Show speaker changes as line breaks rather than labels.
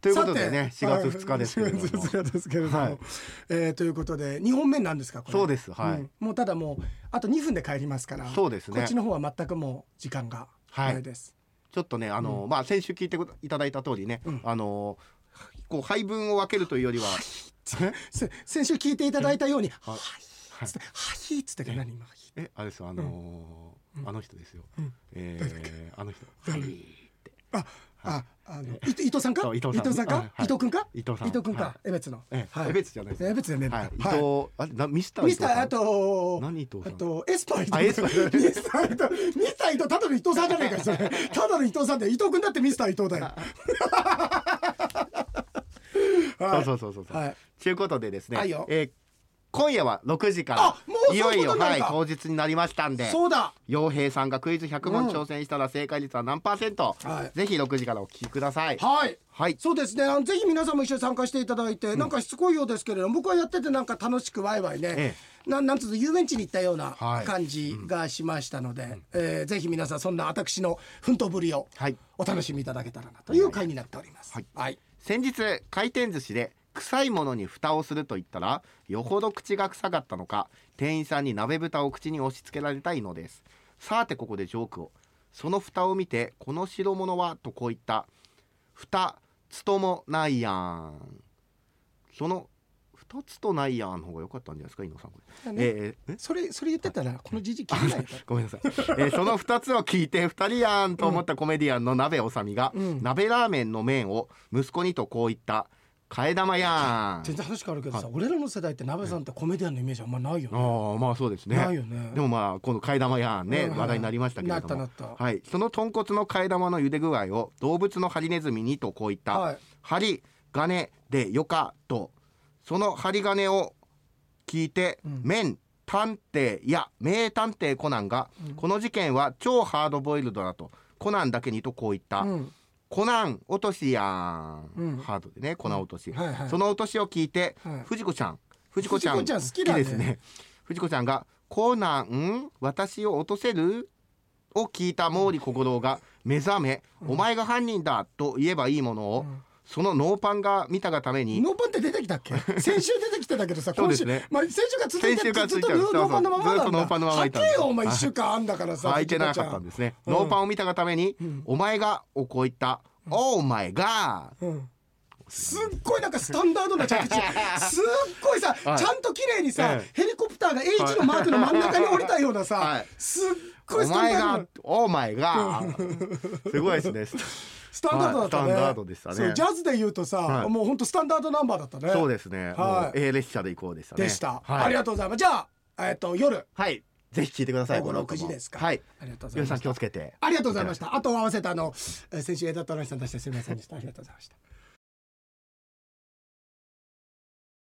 ということでね4月2日ですけれども
4月2日ですけれども、
はい
えーということで2本目になるんですかこれ
そうですはい
んもうただもうあと2分で帰りますから
そうですね
こっちの方は全くもう時間がないです、
ちょっとねあの、まあ先週聞いていただいた通りね、
うん
あのこう配分を分けるというよりは
せ先週聞いていただいたように「は」
はい
っつって「はい」っつって何今はい
えあれですよあのーあの人ですよ、
うん
えー、あの人
誰
はい
あああの伊藤伊藤さんか
そう伊藤さん
か
は、いはい
伊藤君か
伊藤さん
伊藤君
は
か
い
江別の
え
はい
江別じゃないです
江別じゃねえの
はい、伊藤、
はい
あれなミスター
ミスター
伊
あ
藤さん
と
何伊藤さん
あとエスパー伊
あエスパー
ミスター伊藤ミスター伊藤ただの伊藤さんじゃないかそれただの伊藤さんで伊藤君だってミスター伊藤だよ はい
そうそうそうそうそう、
はい
ということでですね、
はいよ
えー今夜は6時から
あもう
い
そ
よ
うい
いう
こ
よ
とになる
は
ん
い
だ
当日になりましたんで
そうだ
洋平さんがクイズ100問
うん
挑戦したら正解率は何パーセント、
はい
ぜひ6時からお聞きください
はい
はい
そうですねあのぜひ皆さんも一緒に参加していただいて、なんかしつこいようですけれども僕はやっててなんか楽しくワイワイね、
え
なんなんつうの遊園地に行ったような
はい
感じがしましたので、えーぜひ皆さんそんな私の奮闘ぶりを
はい
お楽しみいただけたらなという回になっております。
はい
はい
先日回転寿司で臭いものに蓋をすると言ったらよほど口が臭かったのか店員さんに鍋蓋を口に押し付けられたいのですさてここでジョークをその蓋を見てこの白物はとこう言った蓋つともないやんその二つとないやんの方が良かったんじゃないですか井野さんこれ、
ね
えーえ
それそれ言ってたらこのじじ切れないよ
ごめんなさい、えーその2つを聞いて2人やんと思ったコメディアンの鍋おさみが、
うん
鍋ラーメンの麺を息子にとこう言った替え玉やん
全然話変わるけどさ、俺らの世代って鍋さんってコメディアンのイメージあんまないよね。
ああまあそうですね
ないよね
でもまあこの替え玉やんね、
うんはい
話題になりましたけれども
なったなった
はい、その豚骨の替え玉の茹で具合を動物のハリネズミにとこう言った、
はい
針金でよかとその針金を聞いて、
うん
面探偵や名探偵コナンが、この事件は超ハードボイルドだとコナンだけにとこう言った、
うん、
コナン落としやん、
うん
ハードでねコナン落とし、
うんはいはい
その落としを聞いて、
はい
藤子ちゃん藤子ちゃん
藤子ちゃん好きだね
ですね藤子ちゃんが「コナン私を落とせる?」を聞いた毛利小五郎が目覚め「お前が犯人だ」と言えばいいものを、
うん
そのノーパンが見たがために
ノーパンって出てきた っけ先週出てきてたけどさ
そう
今
で
週、
すね
まあ、先週が続い
先
て
週から
ず
続
っ
いて
と
たんです
ノーパンのままなんだ
そうそうずっとノーパンのままいたんです
はけよお前1週間あんだからさ
空いてなかったんですね、
うん
ノーパンを見たがために「お前が」をこう言った「オーマイガー」
うんすっごいなんかスタンダードな着 地すっごいさ、
はい
ちゃんと綺麗にさ、
え
ヘリコプターが H のマークの真ん中に降りたようなさ、
はい
すっごい
お
スタン
前
ダード
が
な、
オーマイガー。すごいですね。
スタンダードだったね,、
はいスタンダードでしたね
そうジャズで言うとさ、
はい
もうほんとスタンダードナンバーだったね
そうですね。
はい
もう A 列車で行こうでしたね。
でした、あ
はい。
りがとうございますじゃあ、えっと夜
はい。ぜひ聞いてください。
午後
この後
6
も
時ですか
はい。
ありがとうござい
皆さ
ま
ん
し
気
た
をつけて。
ありがとうございましたあと合わせたあのえー先週枝太郎さん出してすみませんでしたありがとうございました